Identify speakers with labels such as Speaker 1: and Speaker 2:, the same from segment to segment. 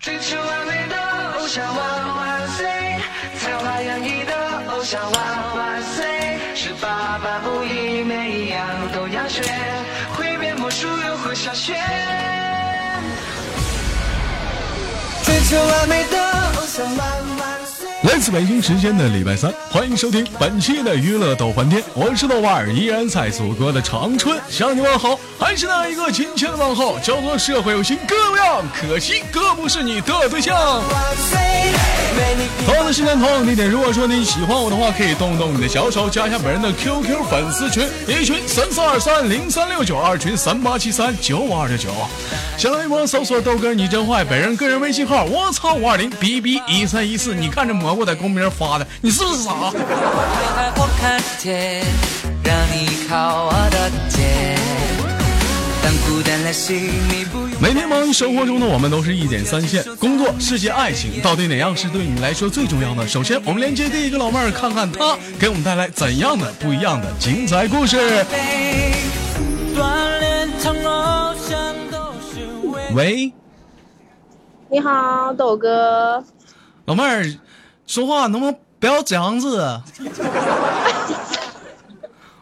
Speaker 1: 追求完美的偶像哇哇塞，才华洋溢的偶像哇哇塞，是八般武艺，每一样都要学，会变魔术又会下雪。追求完美的偶像哇哇塞。
Speaker 2: 来自北京时间的礼拜三，欢迎收听本期的娱乐逗翻天，我是豆瓣儿，依然在祖国的长春向你问好，还是那一个亲切的问候，叫做社会有型哥有样，可惜哥不是你的对象。同样的时间，同样的地点。如果说你喜欢我的话，可以动动你的小手，加一下本人的 QQ 粉丝群，一群三四二三零三六九，二群三八七三九五二六九。新浪微博搜索豆哥你真坏，本人个人微信号我操五二零 b b 一三一四。你看这蘑菇在公屏上发的，你是不是傻？
Speaker 1: 我还不看见，让你靠我的肩。当孤单来袭，你不用
Speaker 2: 每天忙于生活中的我们，都是一点三线：工作、世界、爱情。到底哪样是对你来说最重要呢？首先，我们连接第一个老妹儿，看看她给我们带来怎样的不一样的精彩故事。
Speaker 1: 悲，锻炼成偶像都是为。
Speaker 2: 喂，
Speaker 3: 你好，豆哥。
Speaker 2: 老妹儿，说话能不能不要这样 子？啊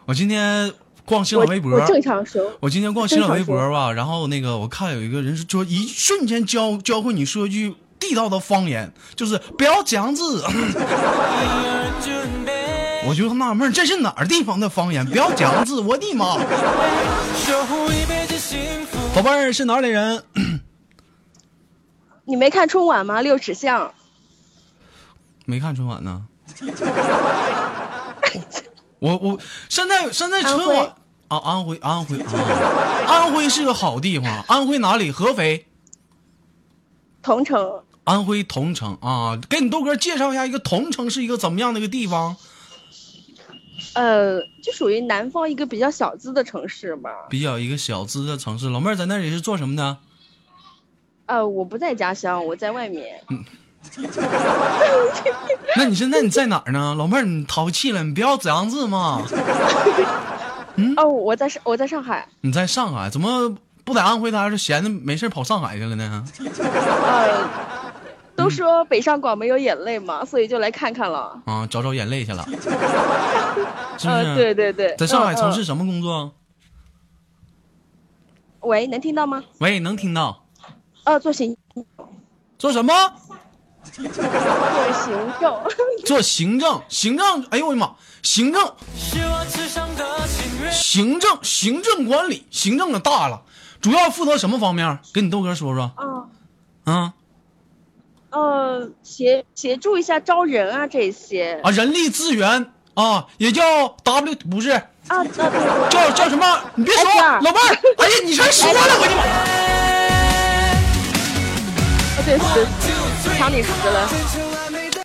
Speaker 2: 我今天逛新
Speaker 3: 我
Speaker 2: 浪微博，
Speaker 3: 我正常说，
Speaker 2: 我今天逛新浪微博吧，然后那个我看有一个人说，一瞬间教教会你说一句地道的方言，就是不要这样 子。我就纳闷儿，这是哪儿地方的方言？不要这样子，我的 妈！宝贝儿是哪里人？
Speaker 3: 你没看春晚吗？六尺巷，
Speaker 2: 没看春晚呢。我我现在现在春晚啊，安徽安徽啊，安徽是个好地方。安徽哪里？合肥，
Speaker 3: 桐城，
Speaker 2: 安徽桐城啊。给你豆哥介绍一下，一个桐城是一个怎么样的一个地方？
Speaker 3: 呃，就属于南方一个比较小资的城市吧。
Speaker 2: 比较一个小资的城市。老妹儿在那里是做什么的？
Speaker 3: 呃，我不在家乡，我在外面。
Speaker 2: 那你现在你在哪儿呢？老妹儿，你淘气了，你不要这样子嘛。嗯
Speaker 3: 哦，我在上，我在上海。
Speaker 2: 你在上海，怎么不在安徽待着，闲的没事儿跑上海去了呢？
Speaker 3: 呃，都说北上广没有眼泪嘛，所以就来看看了。
Speaker 2: 啊，找找眼泪去了，是不是？
Speaker 3: 呃，对对对，
Speaker 2: 在上海从事
Speaker 3: 嗯
Speaker 2: 什么工作？
Speaker 3: 嗯喂，能听到吗？
Speaker 2: 喂，能听到？
Speaker 3: 呃，做行
Speaker 2: 做什么？
Speaker 3: 做行政，
Speaker 2: 做行政，行政，哎呦我的妈！行政，行政，行政管理，行政可大了，主要负责什么方面？给你豆哥说说
Speaker 3: 啊，
Speaker 2: 啊
Speaker 3: 呃，协协助一下招人啊这些
Speaker 2: 啊，人力资源啊，也叫 W，不是
Speaker 3: 啊，对对对，
Speaker 2: 叫叫什么？你别说，
Speaker 3: SR
Speaker 2: 老妹儿，哎呀，你这说了，我的妈！
Speaker 3: 啊对是抢你时了。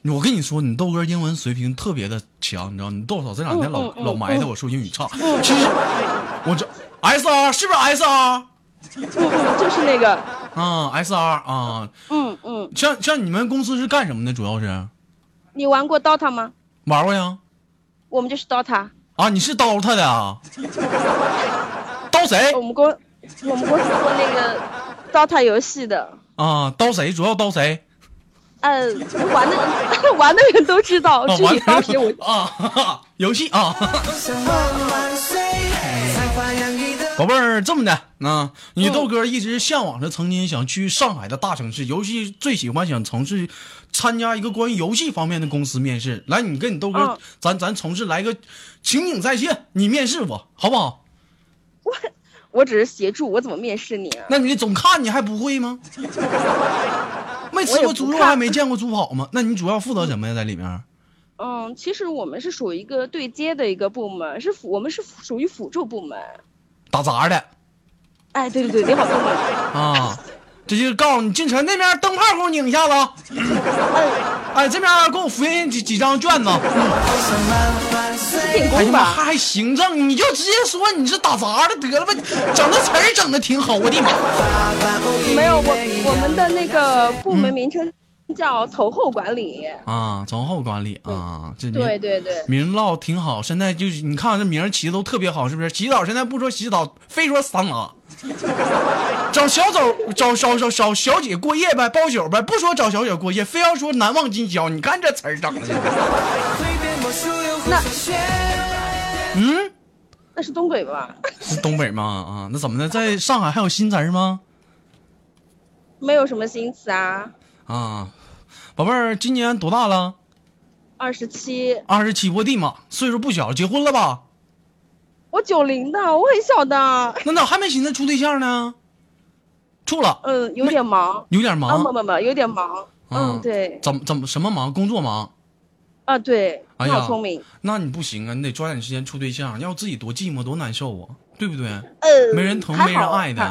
Speaker 2: 我跟你说，你豆哥英文水平特别的强，你知道？你豆嫂这两天老、
Speaker 3: 嗯嗯嗯嗯
Speaker 2: 老埋汰我说英语差，其实我这 S R 是不是 S R
Speaker 3: 嗯嗯，就是那个，
Speaker 2: 啊？S R 啊，
Speaker 3: 嗯嗯，
Speaker 2: 像像你们公司是干什么的？主要是
Speaker 3: 你玩过 DOTA 吗？
Speaker 2: 玩过呀？
Speaker 3: 我们就是 DOTA，
Speaker 2: 啊，你是刀他的啊？ 刀谁
Speaker 3: 我们公哎我们公司做那个 DOTA 游戏的，
Speaker 2: 啊？刀谁？主要刀谁？
Speaker 3: 呃，玩的 玩哦的人都知道，
Speaker 2: 啊，
Speaker 3: 具
Speaker 2: 完
Speaker 3: 体
Speaker 2: 了
Speaker 3: 当时我
Speaker 2: 啊， 哈哈游戏啊， 哈哈
Speaker 1: 才华洋溢的
Speaker 2: 宝贝儿，这么的啊，你
Speaker 3: 嗯
Speaker 2: 豆哥一直向往着曾经想去上海的大城市，尤其最喜欢想从事参加一个关于游戏方面的公司面试。来，你跟你豆哥，
Speaker 3: 嗯
Speaker 2: 咱咱从事来个情景再现，你面试我好不好？
Speaker 3: 我只是协助，我怎么面试你啊？
Speaker 2: 那你总看你还不会 吗？没吃
Speaker 3: 我也
Speaker 2: 过
Speaker 3: 不
Speaker 2: 猪肉，
Speaker 3: 看
Speaker 2: 还没见过猪跑吗？那你主要负责什么呀？在里面？
Speaker 3: 嗯，其实我们是属于一个对接的一个部门，是辅我们是辅属于辅助部门。
Speaker 2: 打杂的
Speaker 3: 哎，对对对，你好聪明。
Speaker 2: 啊，这就告诉你，进城那边灯泡给我拧一下子啊，
Speaker 3: 哎，
Speaker 2: 哎，这边给我复印几几张卷子。
Speaker 3: 进
Speaker 2: 哎呀
Speaker 3: 攻
Speaker 2: 妈，
Speaker 3: 吧。
Speaker 2: 还行政，你就直接说你是打杂的得了吧，整的词儿整的挺好，我的妈！
Speaker 3: 没有，我我们的那个部门名称叫投后管理。
Speaker 2: 啊，从后管理啊，这名
Speaker 3: 嗯对对对，
Speaker 2: 名落挺好。现在就是你看这名儿起的都特别好，是不是？洗澡现在不说洗澡，非说桑拿。找小走找找找找小姐过夜呗，包宿呗，不说找小姐过夜，非要说难忘今宵。你看这词儿整的，嗯，
Speaker 3: 那是东北吧？
Speaker 2: 是东北吗？啊，那怎么的，在上海还有新词儿吗？
Speaker 3: 没有什么新词啊。
Speaker 2: 啊，宝贝儿，今年多大了？
Speaker 3: 二十七，
Speaker 2: 二十七，我的妈，岁数不小，结婚了吧？
Speaker 3: 我九零的，我很小的。
Speaker 2: 那咋还没寻思处对象呢？处了，
Speaker 3: 嗯，有点忙
Speaker 2: 有点
Speaker 3: 啊，
Speaker 2: 忙
Speaker 3: 不。不不，有点忙。
Speaker 2: 啊
Speaker 3: 嗯，对
Speaker 2: 怎么怎么什么忙？工作忙？
Speaker 3: 啊，对，
Speaker 2: 哎
Speaker 3: 你
Speaker 2: 呀
Speaker 3: 好聪明。
Speaker 2: 那你不行啊，你得抓紧时间处对象，要自己多寂寞多难受啊，对不对？
Speaker 3: 嗯，
Speaker 2: 没人疼
Speaker 3: 还
Speaker 2: 没人
Speaker 3: 好
Speaker 2: 爱的，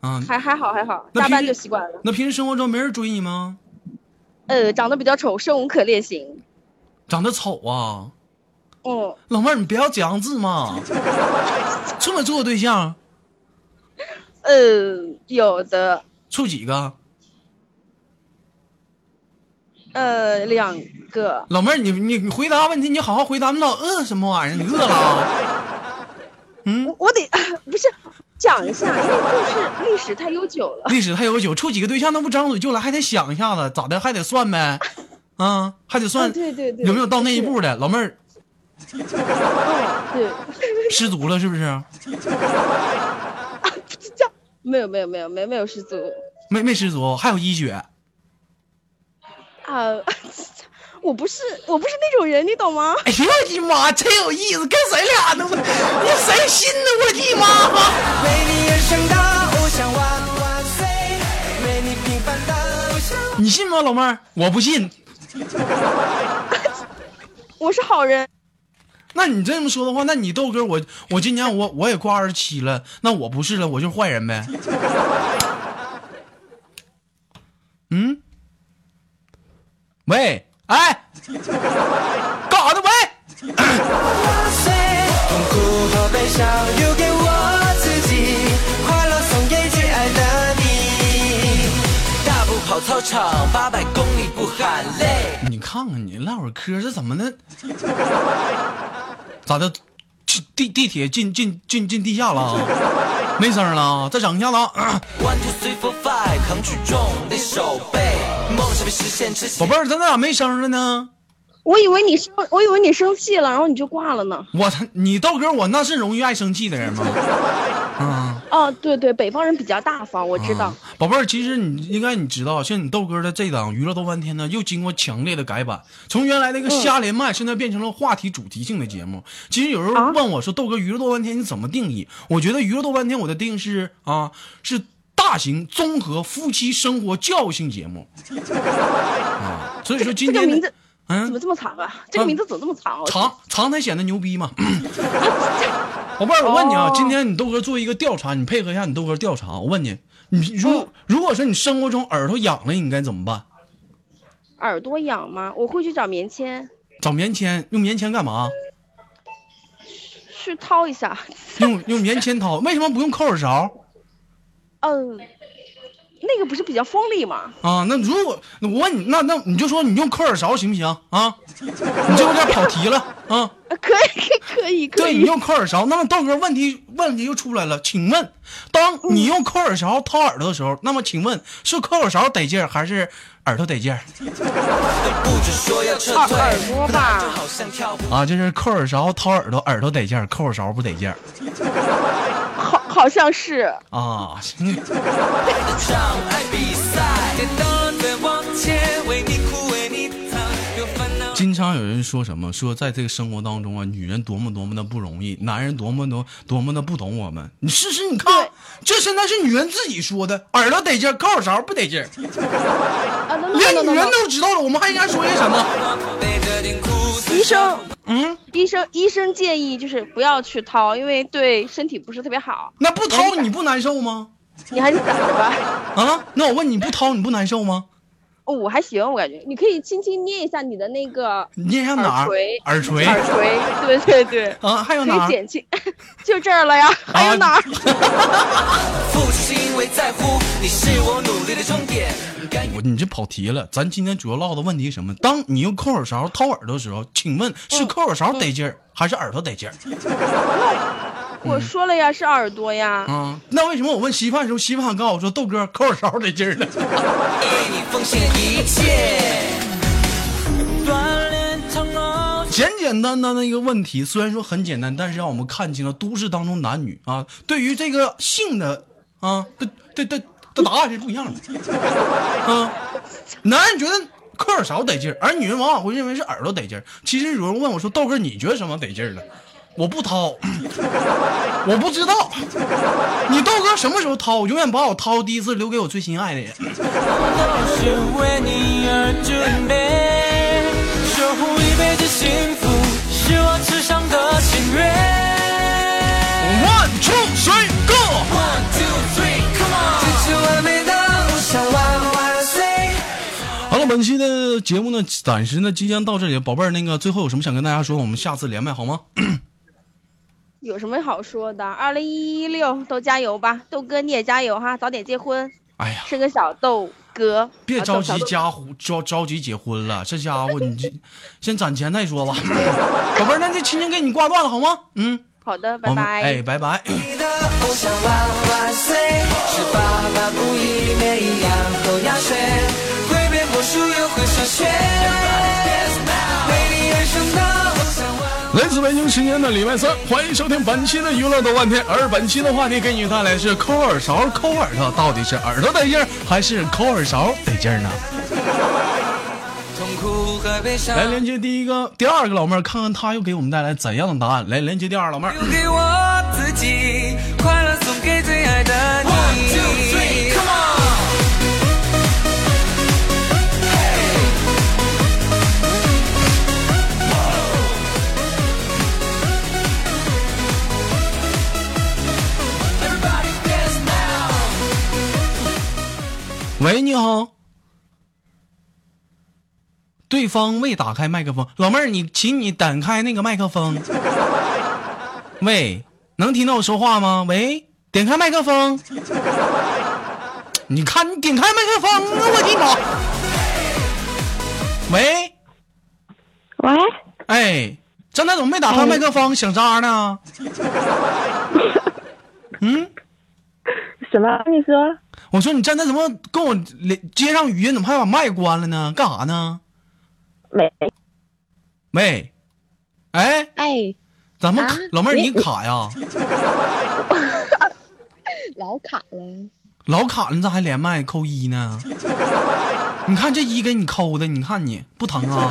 Speaker 2: 啊。
Speaker 3: 还还好还好，
Speaker 2: 那
Speaker 3: 大
Speaker 2: 平
Speaker 3: 班
Speaker 2: 时
Speaker 3: 就习惯了。
Speaker 2: 那平时生活中没人追你吗？
Speaker 3: 呃，长得比较丑，生无可恋型。
Speaker 2: 长得丑啊，
Speaker 3: 嗯，
Speaker 2: 老妹儿你不要讲字 嘛，处没处过对象？
Speaker 3: 呃，有的，
Speaker 2: 处几个？
Speaker 3: 呃，两个，
Speaker 2: 老妹儿你你你回答问题，你好好回答，你老饿什么玩意儿？你饿了啊？
Speaker 3: 我我得不是讲一下，因为就是历史太悠久了。
Speaker 2: 历史太悠久，处几个对象那不张嘴就来，还得想一下子，咋的还得算呗，啊，还得算，
Speaker 3: 啊对对对
Speaker 2: 有没有到那一步的？老妹儿
Speaker 3: 对，
Speaker 2: 失足了是不是？
Speaker 3: 这没有没有没有没有没有失足
Speaker 2: 没没失足，还有医学，
Speaker 3: 啊。我不是我不是那种人，你懂吗？
Speaker 2: 哎呦我的妈，真有意思，跟谁俩呢？我我谁信呢？我的妈！
Speaker 4: 为你而生的偶像万万岁，为你平凡的偶像。
Speaker 2: 你信吗，老妹儿？我不信。
Speaker 3: 我是好人，
Speaker 2: 那你这么说的话，那你豆哥，我我今年我我也过二十七了，那我不是了，我就是坏人呗。嗯，喂，哎，干啥呢？喂，
Speaker 4: 岁，痛苦和悲伤留给我自己，快乐送给亲爱的你。大步跑操场，八百公里不喊累。
Speaker 2: 你看看你唠会儿嗑，这怎么的？ 咋的？去地地铁进进进进地下了啊？没声了啊，再整一下子啊！
Speaker 4: One two three four five，扛举重，练手背，梦想被实现之
Speaker 2: 宝贝儿，咱咋没声了呢？
Speaker 3: 我以为你生我以为你生气了，然后你就挂了呢。
Speaker 2: 我操，你豆哥，我那是容易爱生气的人吗？
Speaker 3: 哦、对对，北方人比较大方，我知道。
Speaker 2: 啊宝贝儿，其实你应该你知道，像你豆哥的这档娱乐豆翻天呢，又经过强烈的改版，从原来那个
Speaker 3: 嗯
Speaker 2: 瞎连麦，现在变成了话题主题性的节目。其实有人
Speaker 3: 啊
Speaker 2: 问我说，豆哥娱乐豆翻天你怎么定义？我觉得娱乐豆翻天我的定义是啊，是大型综合夫妻生活教育性节 目。啊，所以说今
Speaker 3: 这个
Speaker 2: 天
Speaker 3: 名
Speaker 2: 的
Speaker 3: 字怎
Speaker 2: 嗯
Speaker 3: 么这么长啊？这个名字怎么这么长、啊？
Speaker 2: 长长才显得牛逼嘛。宝贝儿，我问你啊
Speaker 3: 哦，
Speaker 2: 今天你豆哥做一个调查，你配合一下你豆哥调查。我问你，你如、如果说你生活中耳朵痒了，你该怎么办？
Speaker 3: 耳朵痒吗？我会去找棉签
Speaker 2: 找棉签，用棉签干嘛？
Speaker 3: 去掏一下。
Speaker 2: 用用棉签掏？为什么不用抠耳勺
Speaker 3: 嗯，那个不是比较锋利吗？
Speaker 2: 啊？那如果那我问你，那那你就说你用抠耳勺行不行啊？你这有点跑题了啊。
Speaker 3: 啊可以，可以，可
Speaker 2: 对你
Speaker 3: 以。
Speaker 2: 用抠耳勺，那么豆哥问题问题就出来了，请问，当你用抠耳勺掏耳朵的时候，那么请问是抠耳勺得劲儿还是耳朵得劲儿
Speaker 4: 不止说要撤
Speaker 3: 耳
Speaker 4: 退，
Speaker 3: 耳朵吧
Speaker 4: 就，好像跳不。
Speaker 2: 啊？就是抠耳勺掏耳朵，耳朵得劲儿，抠耳勺不得劲儿
Speaker 3: 好，好像是。
Speaker 2: 啊？
Speaker 4: 障碍比赛，颠倒了腿往前，为你哭，为你疼，有烦恼。
Speaker 2: 经常有人说什么，说在这个生活当中啊，女人多么多么的不容易，男人多么多多么的不懂我们。你试试，你看
Speaker 3: 对，
Speaker 2: 这现在是女人自己说的，耳朵得劲儿，抠耳勺不得劲儿，
Speaker 3: 啊，等等
Speaker 2: 连
Speaker 3: 等
Speaker 2: 女
Speaker 3: 等
Speaker 2: 人
Speaker 3: 等。
Speaker 2: 都知道了，我们还应该说些什么？
Speaker 4: 背着点哭，
Speaker 3: 医生，
Speaker 2: 嗯，
Speaker 3: 医生，医生建议就是不要去掏，因为对身体不是特别好。
Speaker 2: 那不掏你不难受吗？
Speaker 3: 你还是攒着吧。
Speaker 2: 啊，那我问你不掏你不难受吗？
Speaker 3: 哦，我还行，我感觉你可以轻轻捏一下你的那个
Speaker 2: 你念上哪儿？耳
Speaker 3: 耳
Speaker 2: 垂。
Speaker 3: 耳垂，对对对，
Speaker 2: 啊，还有
Speaker 3: 可
Speaker 2: 哪
Speaker 3: 以
Speaker 2: 儿？啊
Speaker 3: 减轻， 就这儿了呀，还有 哪儿？
Speaker 4: 付出是因为在乎，你是我努力的终点。甘
Speaker 2: 我你这跑题了，咱今天主要唠的问题是什么？当你用抠耳勺掏耳朵的时候，请问是抠耳勺得劲儿，还是耳朵得劲儿？
Speaker 3: 我说了呀，是耳朵呀，
Speaker 2: 啊，那为什么我问稀饭的时候，稀饭告诉我说豆哥抠耳勺得劲儿了？
Speaker 4: 为你奉献一切。锻炼从容。
Speaker 2: 简简单单的一个问题，虽然说很简单，但是让我们看清了都市当中男女啊对于这个性的啊的的的的答案是不一样的。啊，男人觉得抠耳勺得劲儿，而女人往往会认为是耳朵得劲儿。其实有人问我说：“豆哥，你觉得什么得劲儿呢？”我不掏，我不知道。你豆哥什么时候掏？我永远把我掏第一次留给我最心爱的人。
Speaker 4: 都是为你而准备，守护一辈子幸福是我至上的心愿。
Speaker 2: One two three go。
Speaker 4: One two three, come on！追求完美的梦想，万万岁！
Speaker 2: 好了，本期的节目呢，暂时呢即将到这里，宝贝儿，那个最后有什么想跟大家说，我们下次连麦好吗？
Speaker 1: 嗯
Speaker 3: 有什么好说的？二零一六都加油吧，豆哥你也加油哈，早点结婚，
Speaker 2: 哎
Speaker 1: 啊
Speaker 2: 呀，
Speaker 3: 生个小豆哥，
Speaker 2: 别
Speaker 3: 啊
Speaker 2: 着急
Speaker 3: 小豆
Speaker 2: 家伙着着急结婚了，这家伙你这先攒钱再说吧， 宝贝儿，那这亲情给你挂断了好吗？嗯，
Speaker 3: 好的，拜
Speaker 2: 好吗
Speaker 3: 拜。
Speaker 2: 哎，拜拜。
Speaker 4: 你的偶像万万岁，是爸爸不一，每一样都要学，会变魔术又会数学，为你而生的偶像万。
Speaker 1: 来自北京时间的礼拜三，欢迎收听本期的娱乐豆瓣天。而本期的话题给你带来是抠耳勺、抠耳朵，到底是耳朵得劲儿还是抠耳勺得劲儿呢？
Speaker 4: 痛苦和悲伤
Speaker 2: 来连接第一个、第二个老妹儿，看看她又给我们带来怎样的答案。来连接第二老妹儿，
Speaker 4: 留给我自己，快乐送给最爱的你。One two three, come on！
Speaker 2: 喂，你好。对方未打开麦克风，老妹儿，你请你打开那个麦克风。喂，能听到我说话吗？喂，点开麦克风。你看，你点开麦克风，啊我的妈！喂，
Speaker 5: 喂，
Speaker 2: 哎，刚才怎么没打开麦克风？想渣 呢？嗯
Speaker 5: 什么？你说
Speaker 2: 我说你站才怎么跟我连接上语音，怎么还把麦关了呢？干啥呢？
Speaker 5: 没？
Speaker 2: 喂，哎，
Speaker 5: 哎，
Speaker 2: 咱们卡、
Speaker 5: 啊
Speaker 2: 老妹儿
Speaker 5: 你
Speaker 2: 你卡呀？
Speaker 5: 老卡了。
Speaker 2: 老卡了，你咋还连麦扣一呢？你看这一给你扣的，你看你不疼啊？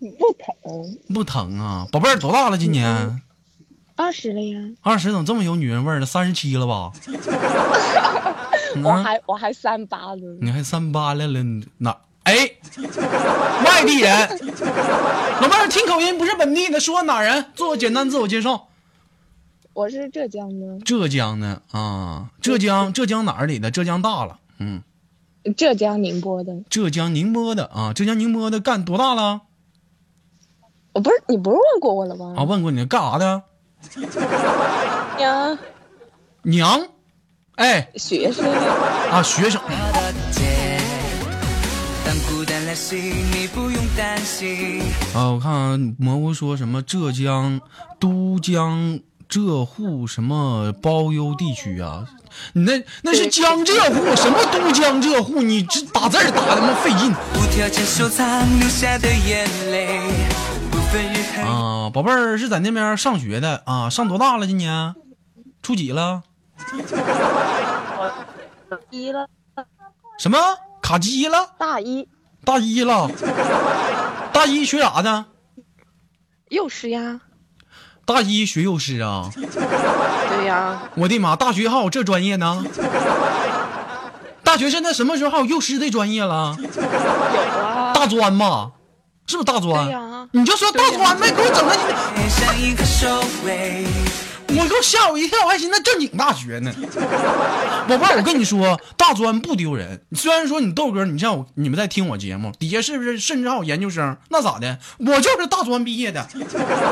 Speaker 5: 不疼，
Speaker 2: 不疼啊，宝贝儿多大了？今年
Speaker 5: 二十了呀。
Speaker 2: 二十，怎么这么有女人味儿了？三十七了吧？嗯
Speaker 5: 我
Speaker 2: 啊
Speaker 5: 还我还三八呢。
Speaker 2: 你还三八来了？你哪？哎，外地人，老妹儿听口音不是本地的，说哪人？做个简单自我介绍。
Speaker 5: 我是浙江的，
Speaker 2: 浙江的啊，浙江浙江哪儿里的？浙江大了，嗯，
Speaker 5: 浙江宁波的。
Speaker 2: 浙江宁波的啊，浙江宁波的干多大了？
Speaker 5: 我不是你不是问过我了吗？
Speaker 2: 啊，问过你干啥的？
Speaker 5: 呀，
Speaker 2: 娘，哎
Speaker 5: 学生
Speaker 2: 啊，学生，
Speaker 4: 我的姐，当孤单来袭，你不用担心。
Speaker 2: 啊，我看啊蘑菇说什么浙江都江浙沪什么包邮地区啊？你那那是江浙沪，什么都江浙沪？你这打字儿打的妈费劲
Speaker 4: 无条件收藏留下的眼泪，不分日黑。
Speaker 2: 啊！宝贝儿是在那边上学的啊，上多大了？今年初几了？
Speaker 5: 一了，
Speaker 2: 什么卡机了？
Speaker 5: 大一。
Speaker 2: 大一了？大一学啥的？
Speaker 5: 幼师呀。
Speaker 2: 大一学幼师啊！
Speaker 5: 对呀，
Speaker 2: 我的妈！大学还有这专业呢？大学现在什么时候还有幼师这专业了？
Speaker 5: 有啊。
Speaker 2: 大专吧？是不是大专？
Speaker 5: 对呀
Speaker 2: 你就说大专呗，给我整的
Speaker 4: 像一个守卫，
Speaker 2: 我给我吓我一跳，我还寻思正经大学呢。 宝贝儿，我跟你说，大专不丢人。虽然说你豆哥，你像我，你们在听我节目，底下是不是甚至还有研究生？那咋的？我就是大专毕业的，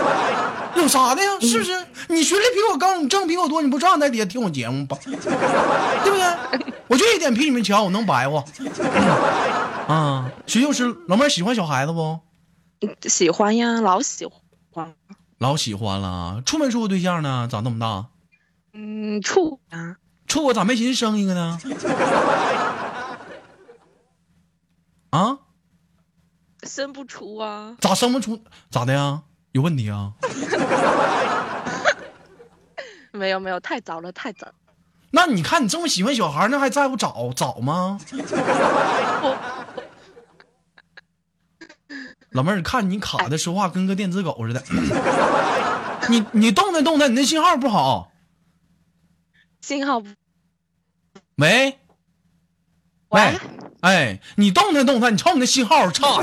Speaker 2: 有啥的呀？是不是？你学历比我高，你挣比我多，你不照样在底下听我节目吧？ 对不对？我就一点比你们强，我能白活。啊，徐幼师，老妹儿喜欢小孩子不？
Speaker 5: 喜欢呀，老喜欢。
Speaker 2: 老喜欢了，啊处没处过对象呢？长那么大，
Speaker 5: 嗯，处啊，
Speaker 2: 处过咋没寻思生一个 呢？啊，
Speaker 5: 生不出啊，
Speaker 2: 咋生不出？咋的呀？有问题啊？
Speaker 5: 没有没有，太早了太早了。
Speaker 2: 那你看你这么喜欢小孩，那还在乎找找 吗？老妹儿，看你卡的说话跟个电子狗似的，你你动弹动弹，你那信号不好。
Speaker 5: 信号不
Speaker 2: 喂，喂
Speaker 5: 喂，
Speaker 2: 哎，你动弹动弹，你瞅你那信号差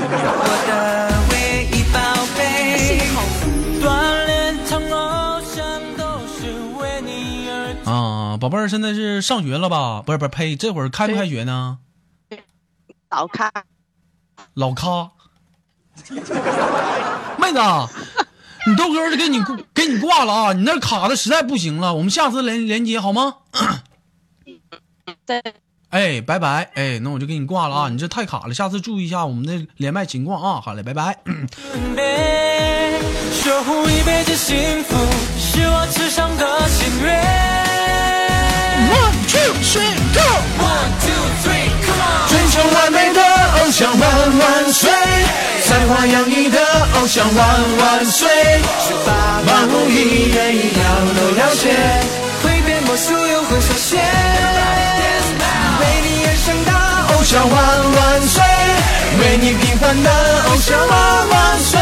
Speaker 2: 的。
Speaker 4: 我的唯一宝
Speaker 5: 信
Speaker 4: 贝，
Speaker 5: 号不
Speaker 4: 锻炼从偶像都是为你而。
Speaker 2: 啊，宝贝儿，现在是上学了吧？不是不是，呸，这会儿开没开学呢？
Speaker 5: 早开，
Speaker 2: 老咖，妹子，你豆哥儿给你给你挂了啊！你那儿卡的实在不行了，我们下次连连接好吗？
Speaker 5: 对，
Speaker 2: 哎，拜拜，哎，那我就给你挂了啊！你这太卡了，下次注意一下我们的连麦情况啊！好嘞，拜拜。
Speaker 4: 准备，守护一辈子幸福，是我至上的心愿。
Speaker 2: One two three go。
Speaker 4: One two three, come on！
Speaker 2: 追求完美的偶像万万岁，才华洋溢的偶像万万岁，万无一人一样都要学。
Speaker 4: 会变魔术又会缩写，为你而生的
Speaker 2: 偶像万万岁，为你平凡的偶像万万岁。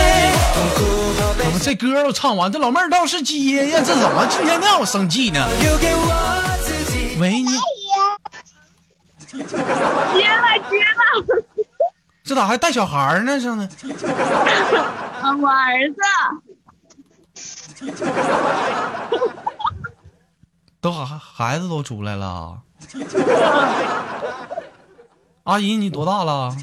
Speaker 2: 怎么这歌都唱完，这老妹儿倒是接呀？这怎么今天让我生气呢？
Speaker 4: 留给我自己。
Speaker 2: 喂你，
Speaker 5: 接了接了，
Speaker 2: 这咋还带小孩儿呢？上呢？
Speaker 5: 我儿子，
Speaker 2: 都孩孩子都出来了。阿姨，你多大了？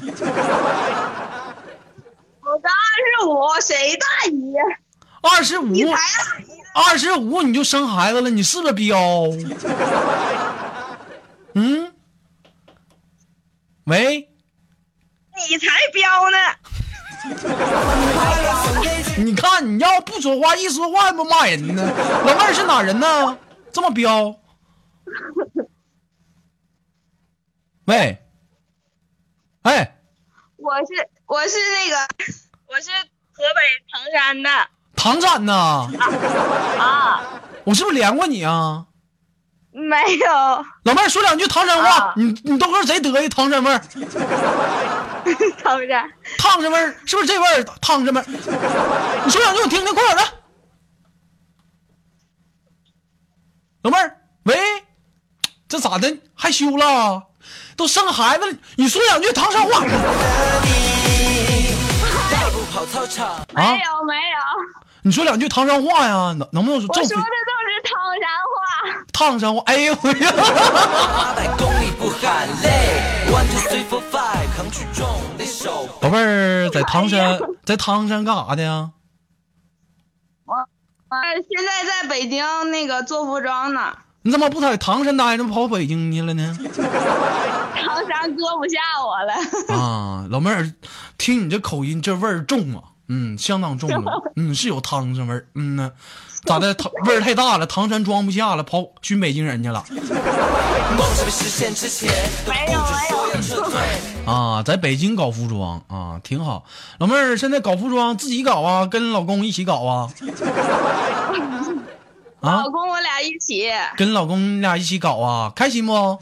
Speaker 5: 我的二十五，谁大姨？
Speaker 2: 二十五，二十五你就生孩子了，你是不是彪？嗯，喂，
Speaker 5: 你才彪呢！
Speaker 2: 你看你要不说话，一说话不骂人呢。老妹儿是哪人呢？这么彪？喂，哎，
Speaker 5: 我是我是那个，我是河北唐山的
Speaker 2: 唐山呐，
Speaker 5: 啊，
Speaker 2: 我是不是连过你啊？
Speaker 5: 没有
Speaker 2: 老妹儿说两句唐山话，
Speaker 5: 啊
Speaker 2: 你你豆哥贼得意，唐山味儿。
Speaker 5: 唐山，
Speaker 2: 烫着味儿，是不是这味儿？烫着味儿，你说两句我听听，快点儿的。老妹儿，喂，这咋的？害羞了？都生孩子了，你说两句唐山话啊
Speaker 4: 大步跑操场，
Speaker 2: 啊？
Speaker 5: 有没有，
Speaker 2: 你说两句唐山话呀？能能不能说这
Speaker 5: 都是唐山话。
Speaker 2: 唐山话？哎呦 我呀！
Speaker 4: 八百公里不喊累。One two three four five，扛起重的手。
Speaker 2: 宝贝儿，在唐山，在唐山干啥的呀？
Speaker 5: 呃，现在在北京那个做服装呢，
Speaker 2: 你怎么不在唐山待着，跑北京去了呢？
Speaker 5: 唐山搁不下我 了。
Speaker 2: 啊，老妹儿，听你这口音，这味儿重啊，嗯，相当重了，嗯，是有汤山味儿，嗯呢，咋的？唐味儿太大了，唐山装不下了，跑熏北京人去了
Speaker 4: 梦想被实现之前，都不知所要撤退。
Speaker 2: 啊，在北京搞服装啊，挺好。老妹儿现在搞服装自己搞啊，跟老公一起搞啊， 啊
Speaker 5: 老，公，我俩一起
Speaker 2: 跟老公你俩一起搞啊，开心不？啊，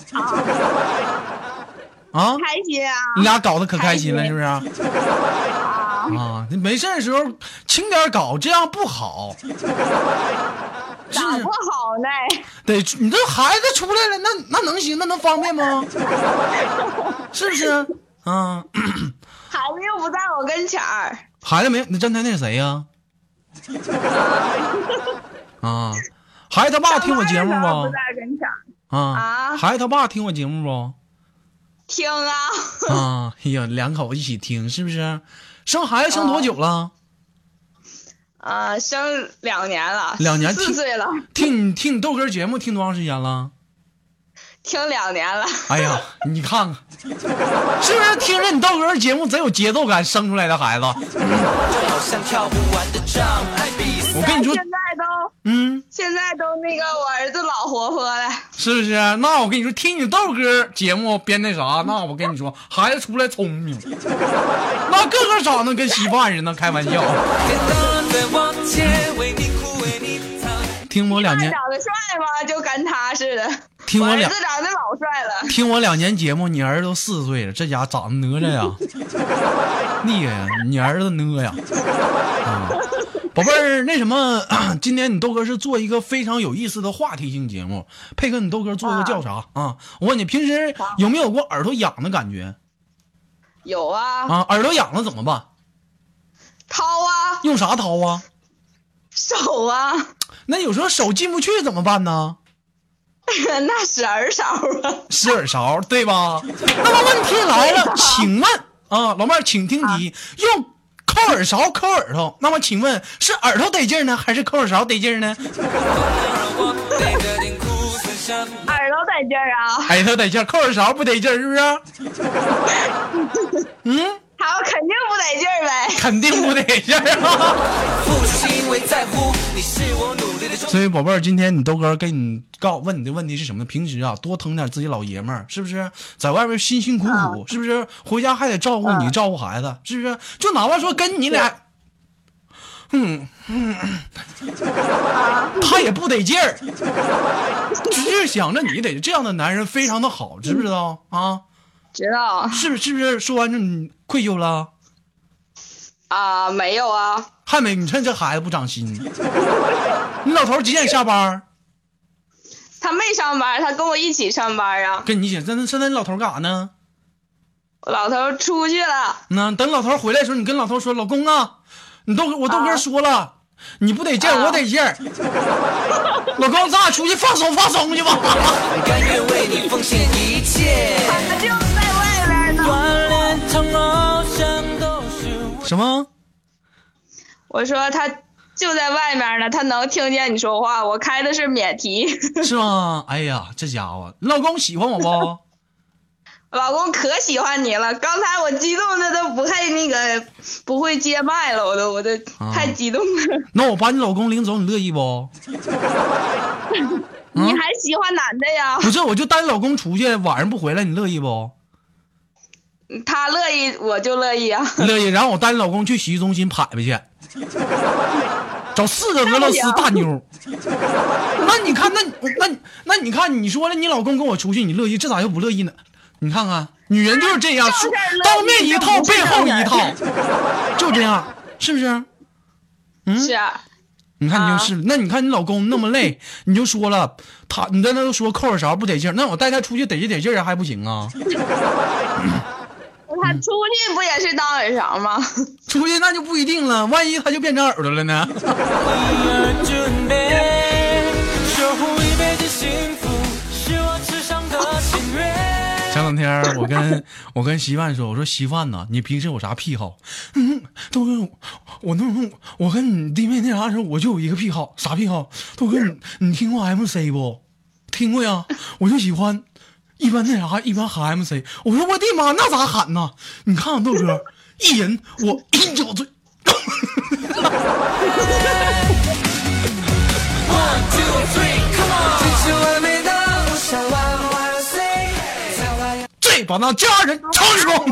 Speaker 5: 开心啊！
Speaker 2: 你俩搞得可开心了，
Speaker 5: 开
Speaker 2: 是
Speaker 5: 心
Speaker 2: 不是？ 啊，你没事的时候轻点搞，这样不好。是
Speaker 5: 咋不好呢？
Speaker 2: 得，你这孩子出来了，那那能行？那能方便 吗？是不是？啊，
Speaker 5: 孩子又不在我跟前儿，
Speaker 2: 孩子没有，那站台那是谁呀、啊？孩子他爸听我节目
Speaker 5: 上班的时候
Speaker 2: 吗
Speaker 5: 不？在人场，
Speaker 2: 啊，
Speaker 5: 啊
Speaker 2: 孩子他爸听我节目
Speaker 5: 听啊，
Speaker 2: 不？啊，哎呀，两口一起听是不是？生孩子生多久了？
Speaker 5: 啊，生两年了，
Speaker 2: 两年
Speaker 5: 四
Speaker 2: 听
Speaker 5: 岁了，
Speaker 2: 听你听你豆哥节目听多长时间了？
Speaker 5: 听两年了，
Speaker 2: 哎呀，你看看，是不是听着你豆哥节目贼有节奏感生出来的孩子？我跟你说，
Speaker 5: 现在都
Speaker 2: 嗯，
Speaker 5: 现在都那个我儿子老活泼了，
Speaker 2: 是不是？那我跟你说，听你豆哥节目编那啥，那我跟你说，孩子出来聪明，那个个长得跟稀饭似的，开玩笑。听我两
Speaker 5: 他
Speaker 2: 年，
Speaker 5: 长得帅吗？就跟他似的。
Speaker 2: 听我两
Speaker 5: 儿子长得老帅了，
Speaker 2: 听我两年节目，你儿子都四岁了，这家长得哪吒呀，厉害呀！你儿子哪呀？啊宝贝儿，那什么， 今天你豆哥是做一个非常有意思的话题性节目，配合你豆哥做个调查啊。我问你，平时有没有过耳朵痒的感觉
Speaker 5: 有啊，
Speaker 2: 啊？耳朵痒了怎么办？
Speaker 5: 掏啊，
Speaker 2: 用啥掏啊？
Speaker 5: 手啊，
Speaker 2: 那有时候手进不去怎么办呢？
Speaker 5: 那使儿勺啊，
Speaker 2: 使耳勺，对吧？那么问题来了，请问啊，老妹儿，请听题，用抠耳勺抠耳朵，那么请问是耳朵得劲儿呢，还是抠耳勺得劲儿呢？
Speaker 5: 耳朵在这儿啊，
Speaker 2: 哎，他得劲儿，抠耳勺不得劲儿，是不是？嗯，
Speaker 5: 他肯定不得劲儿呗。
Speaker 2: 肯定不得劲儿啊。所以宝贝儿，今天你豆哥跟你告问你的问题是什么呢？平时啊，多疼点自己老爷们儿，是不是？在外边辛辛苦苦，是不是？回家还得照顾你，照顾孩子，是不是？就哪怕说跟你俩，嗯嗯，他也不得劲儿，只是想着你得这样的男人非常的好，知不知道啊？
Speaker 5: 知道
Speaker 2: 是不是？是不是？说完就你愧疚了？
Speaker 5: 啊，没有啊，
Speaker 2: 汉美，你看这孩子不长心。你老头儿几点下班儿？
Speaker 5: 他没上班，他跟我一起上班啊。
Speaker 2: 跟你姐，现在现在你老头儿干啥呢？
Speaker 5: 我老头出去了，
Speaker 2: 那等老头儿回来的时候，你跟老头儿说，老公啊，你豆哥我豆哥说了，你不得劲儿，
Speaker 5: 啊
Speaker 2: 我得劲儿。 老公，咱俩出去放松放松去吧。
Speaker 5: 他就在外边呢。
Speaker 2: 什么？
Speaker 5: 我说他就在外面呢，他能听见你说话。我开的是免提，
Speaker 2: 是吗？哎呀，这家伙，你老公喜欢我不？
Speaker 5: 老公可喜欢你了。刚才我激动的都不太那个，不会接麦了，我都我都
Speaker 2: 啊
Speaker 5: 太激动了。
Speaker 2: 那我把你老公领走，你乐意不？
Speaker 5: 你还喜欢男的呀？
Speaker 2: 不是，我就带你老公出去，晚上不回来，你乐意不？
Speaker 5: 他乐意我就乐意啊。
Speaker 2: 乐意，然后我带你老公去洗浴中心拍拍 去，找四个俄罗斯大妞。那你看，那那那你看，你说了，你老公跟我出去，你乐意，这咋又不乐意呢？你看看，女人就是这样，
Speaker 5: 正
Speaker 2: 说
Speaker 5: 事哎儿乐意
Speaker 2: 当面一套，
Speaker 5: 正事
Speaker 2: 背
Speaker 5: 儿
Speaker 2: 后
Speaker 5: 乐
Speaker 2: 一
Speaker 5: 意
Speaker 2: 套，就这样，是不是？嗯
Speaker 5: 是啊，
Speaker 2: 你看你就是，那你看你老公那么累，你就说了，他你在那都说扣耳勺不得劲儿，那我带他出去得劲得劲儿还不行啊？嗯
Speaker 5: 他出去不也是当耳勺吗？
Speaker 2: 出去那就不一定了，万一他就变成耳朵了呢？前两天儿我跟我跟稀饭说，我说稀饭呐，你平时有啥癖好？嗯，豆哥，我那种我跟你弟妹那啥时候，我就有一个癖好，啥癖好？豆哥，你你听过 MC 不？听过呀，我就喜欢。一般那啥，一般喊 MC，我说我的妈，那咋喊呐？你看看豆哥，一人我一脚醉。这把那家人唱爽。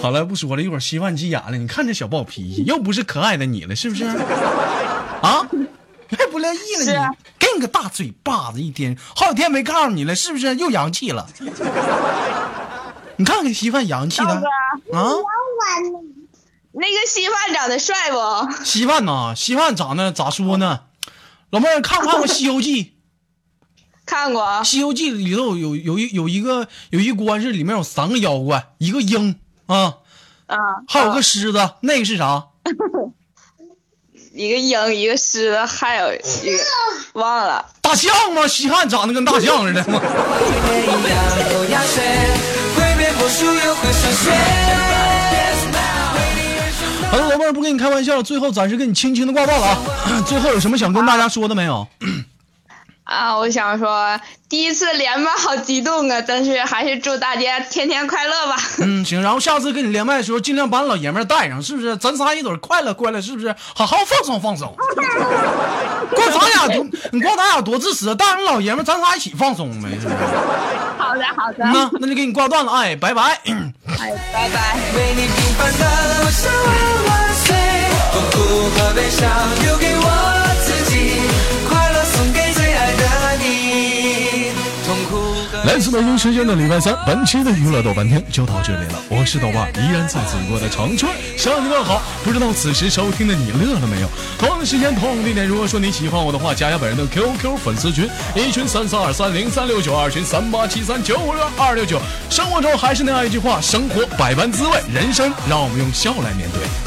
Speaker 2: 好了，不说了，一会儿稀饭急眼了。你看这小暴脾气，又不是可爱的你了，是不是？啊，你还不乐意了你？
Speaker 5: 是啊
Speaker 2: 给你个大嘴巴子，一天好几天没告诉你了，是不是？又洋气了。你看看稀饭洋气的
Speaker 5: 豆
Speaker 2: 啊！
Speaker 5: 那个稀饭长得帅不？
Speaker 2: 稀饭呐，稀饭长得咋说呢？老妹儿看不看过《西游记》？
Speaker 5: 看过啊
Speaker 2: 《西游记》里头有有一有一个有一关是里面有三个妖怪，一个鹰啊，
Speaker 5: 啊，
Speaker 2: 还有个狮子，那个是啥？
Speaker 5: 一个鹰，一个狮子，还有一个忘了。
Speaker 2: 大象吗？西汉长得跟大象似的吗？
Speaker 4: 一样都要学，会变魔术又会上学。
Speaker 2: 好了，老妹儿不跟你开玩笑，最后暂时跟你轻轻的挂断了啊。 最后有什么想跟大家说的没有？
Speaker 5: 嗯啊，我想说，第一次连麦好激动啊！但是还是祝大家天天快乐吧。
Speaker 2: 嗯，行，然后下次跟你连麦的时候，尽量把老爷们儿带上，是不是？咱仨一堆儿快乐快乐，是不是？好好放松放松。光咱俩多，你光咱俩多自私，带上老爷们儿，咱仨一起放松呗，是不是？
Speaker 5: 好的，好的，
Speaker 2: 那那就给你挂断了，哎，拜拜。
Speaker 5: 哎，拜拜。
Speaker 4: 为你平凡的我想万万岁，痛苦和悲伤留给我自己，快乐送给最爱的你，痛苦和
Speaker 1: 来自北京时间的礼拜三，本期的娱乐豆瓣天就到这里了。我是豆瓣儿，依然在祖国的长春向你问好。不知道此时收听的你乐了没有？同样的时间，同样的地点。如果说你喜欢我的话，加一下本人的 QQ 粉丝群，一群三三二三零三六九，二群三八七三九五六二六九。生活中还是那样一句话，生活百般滋味，人生让我们用笑来面对。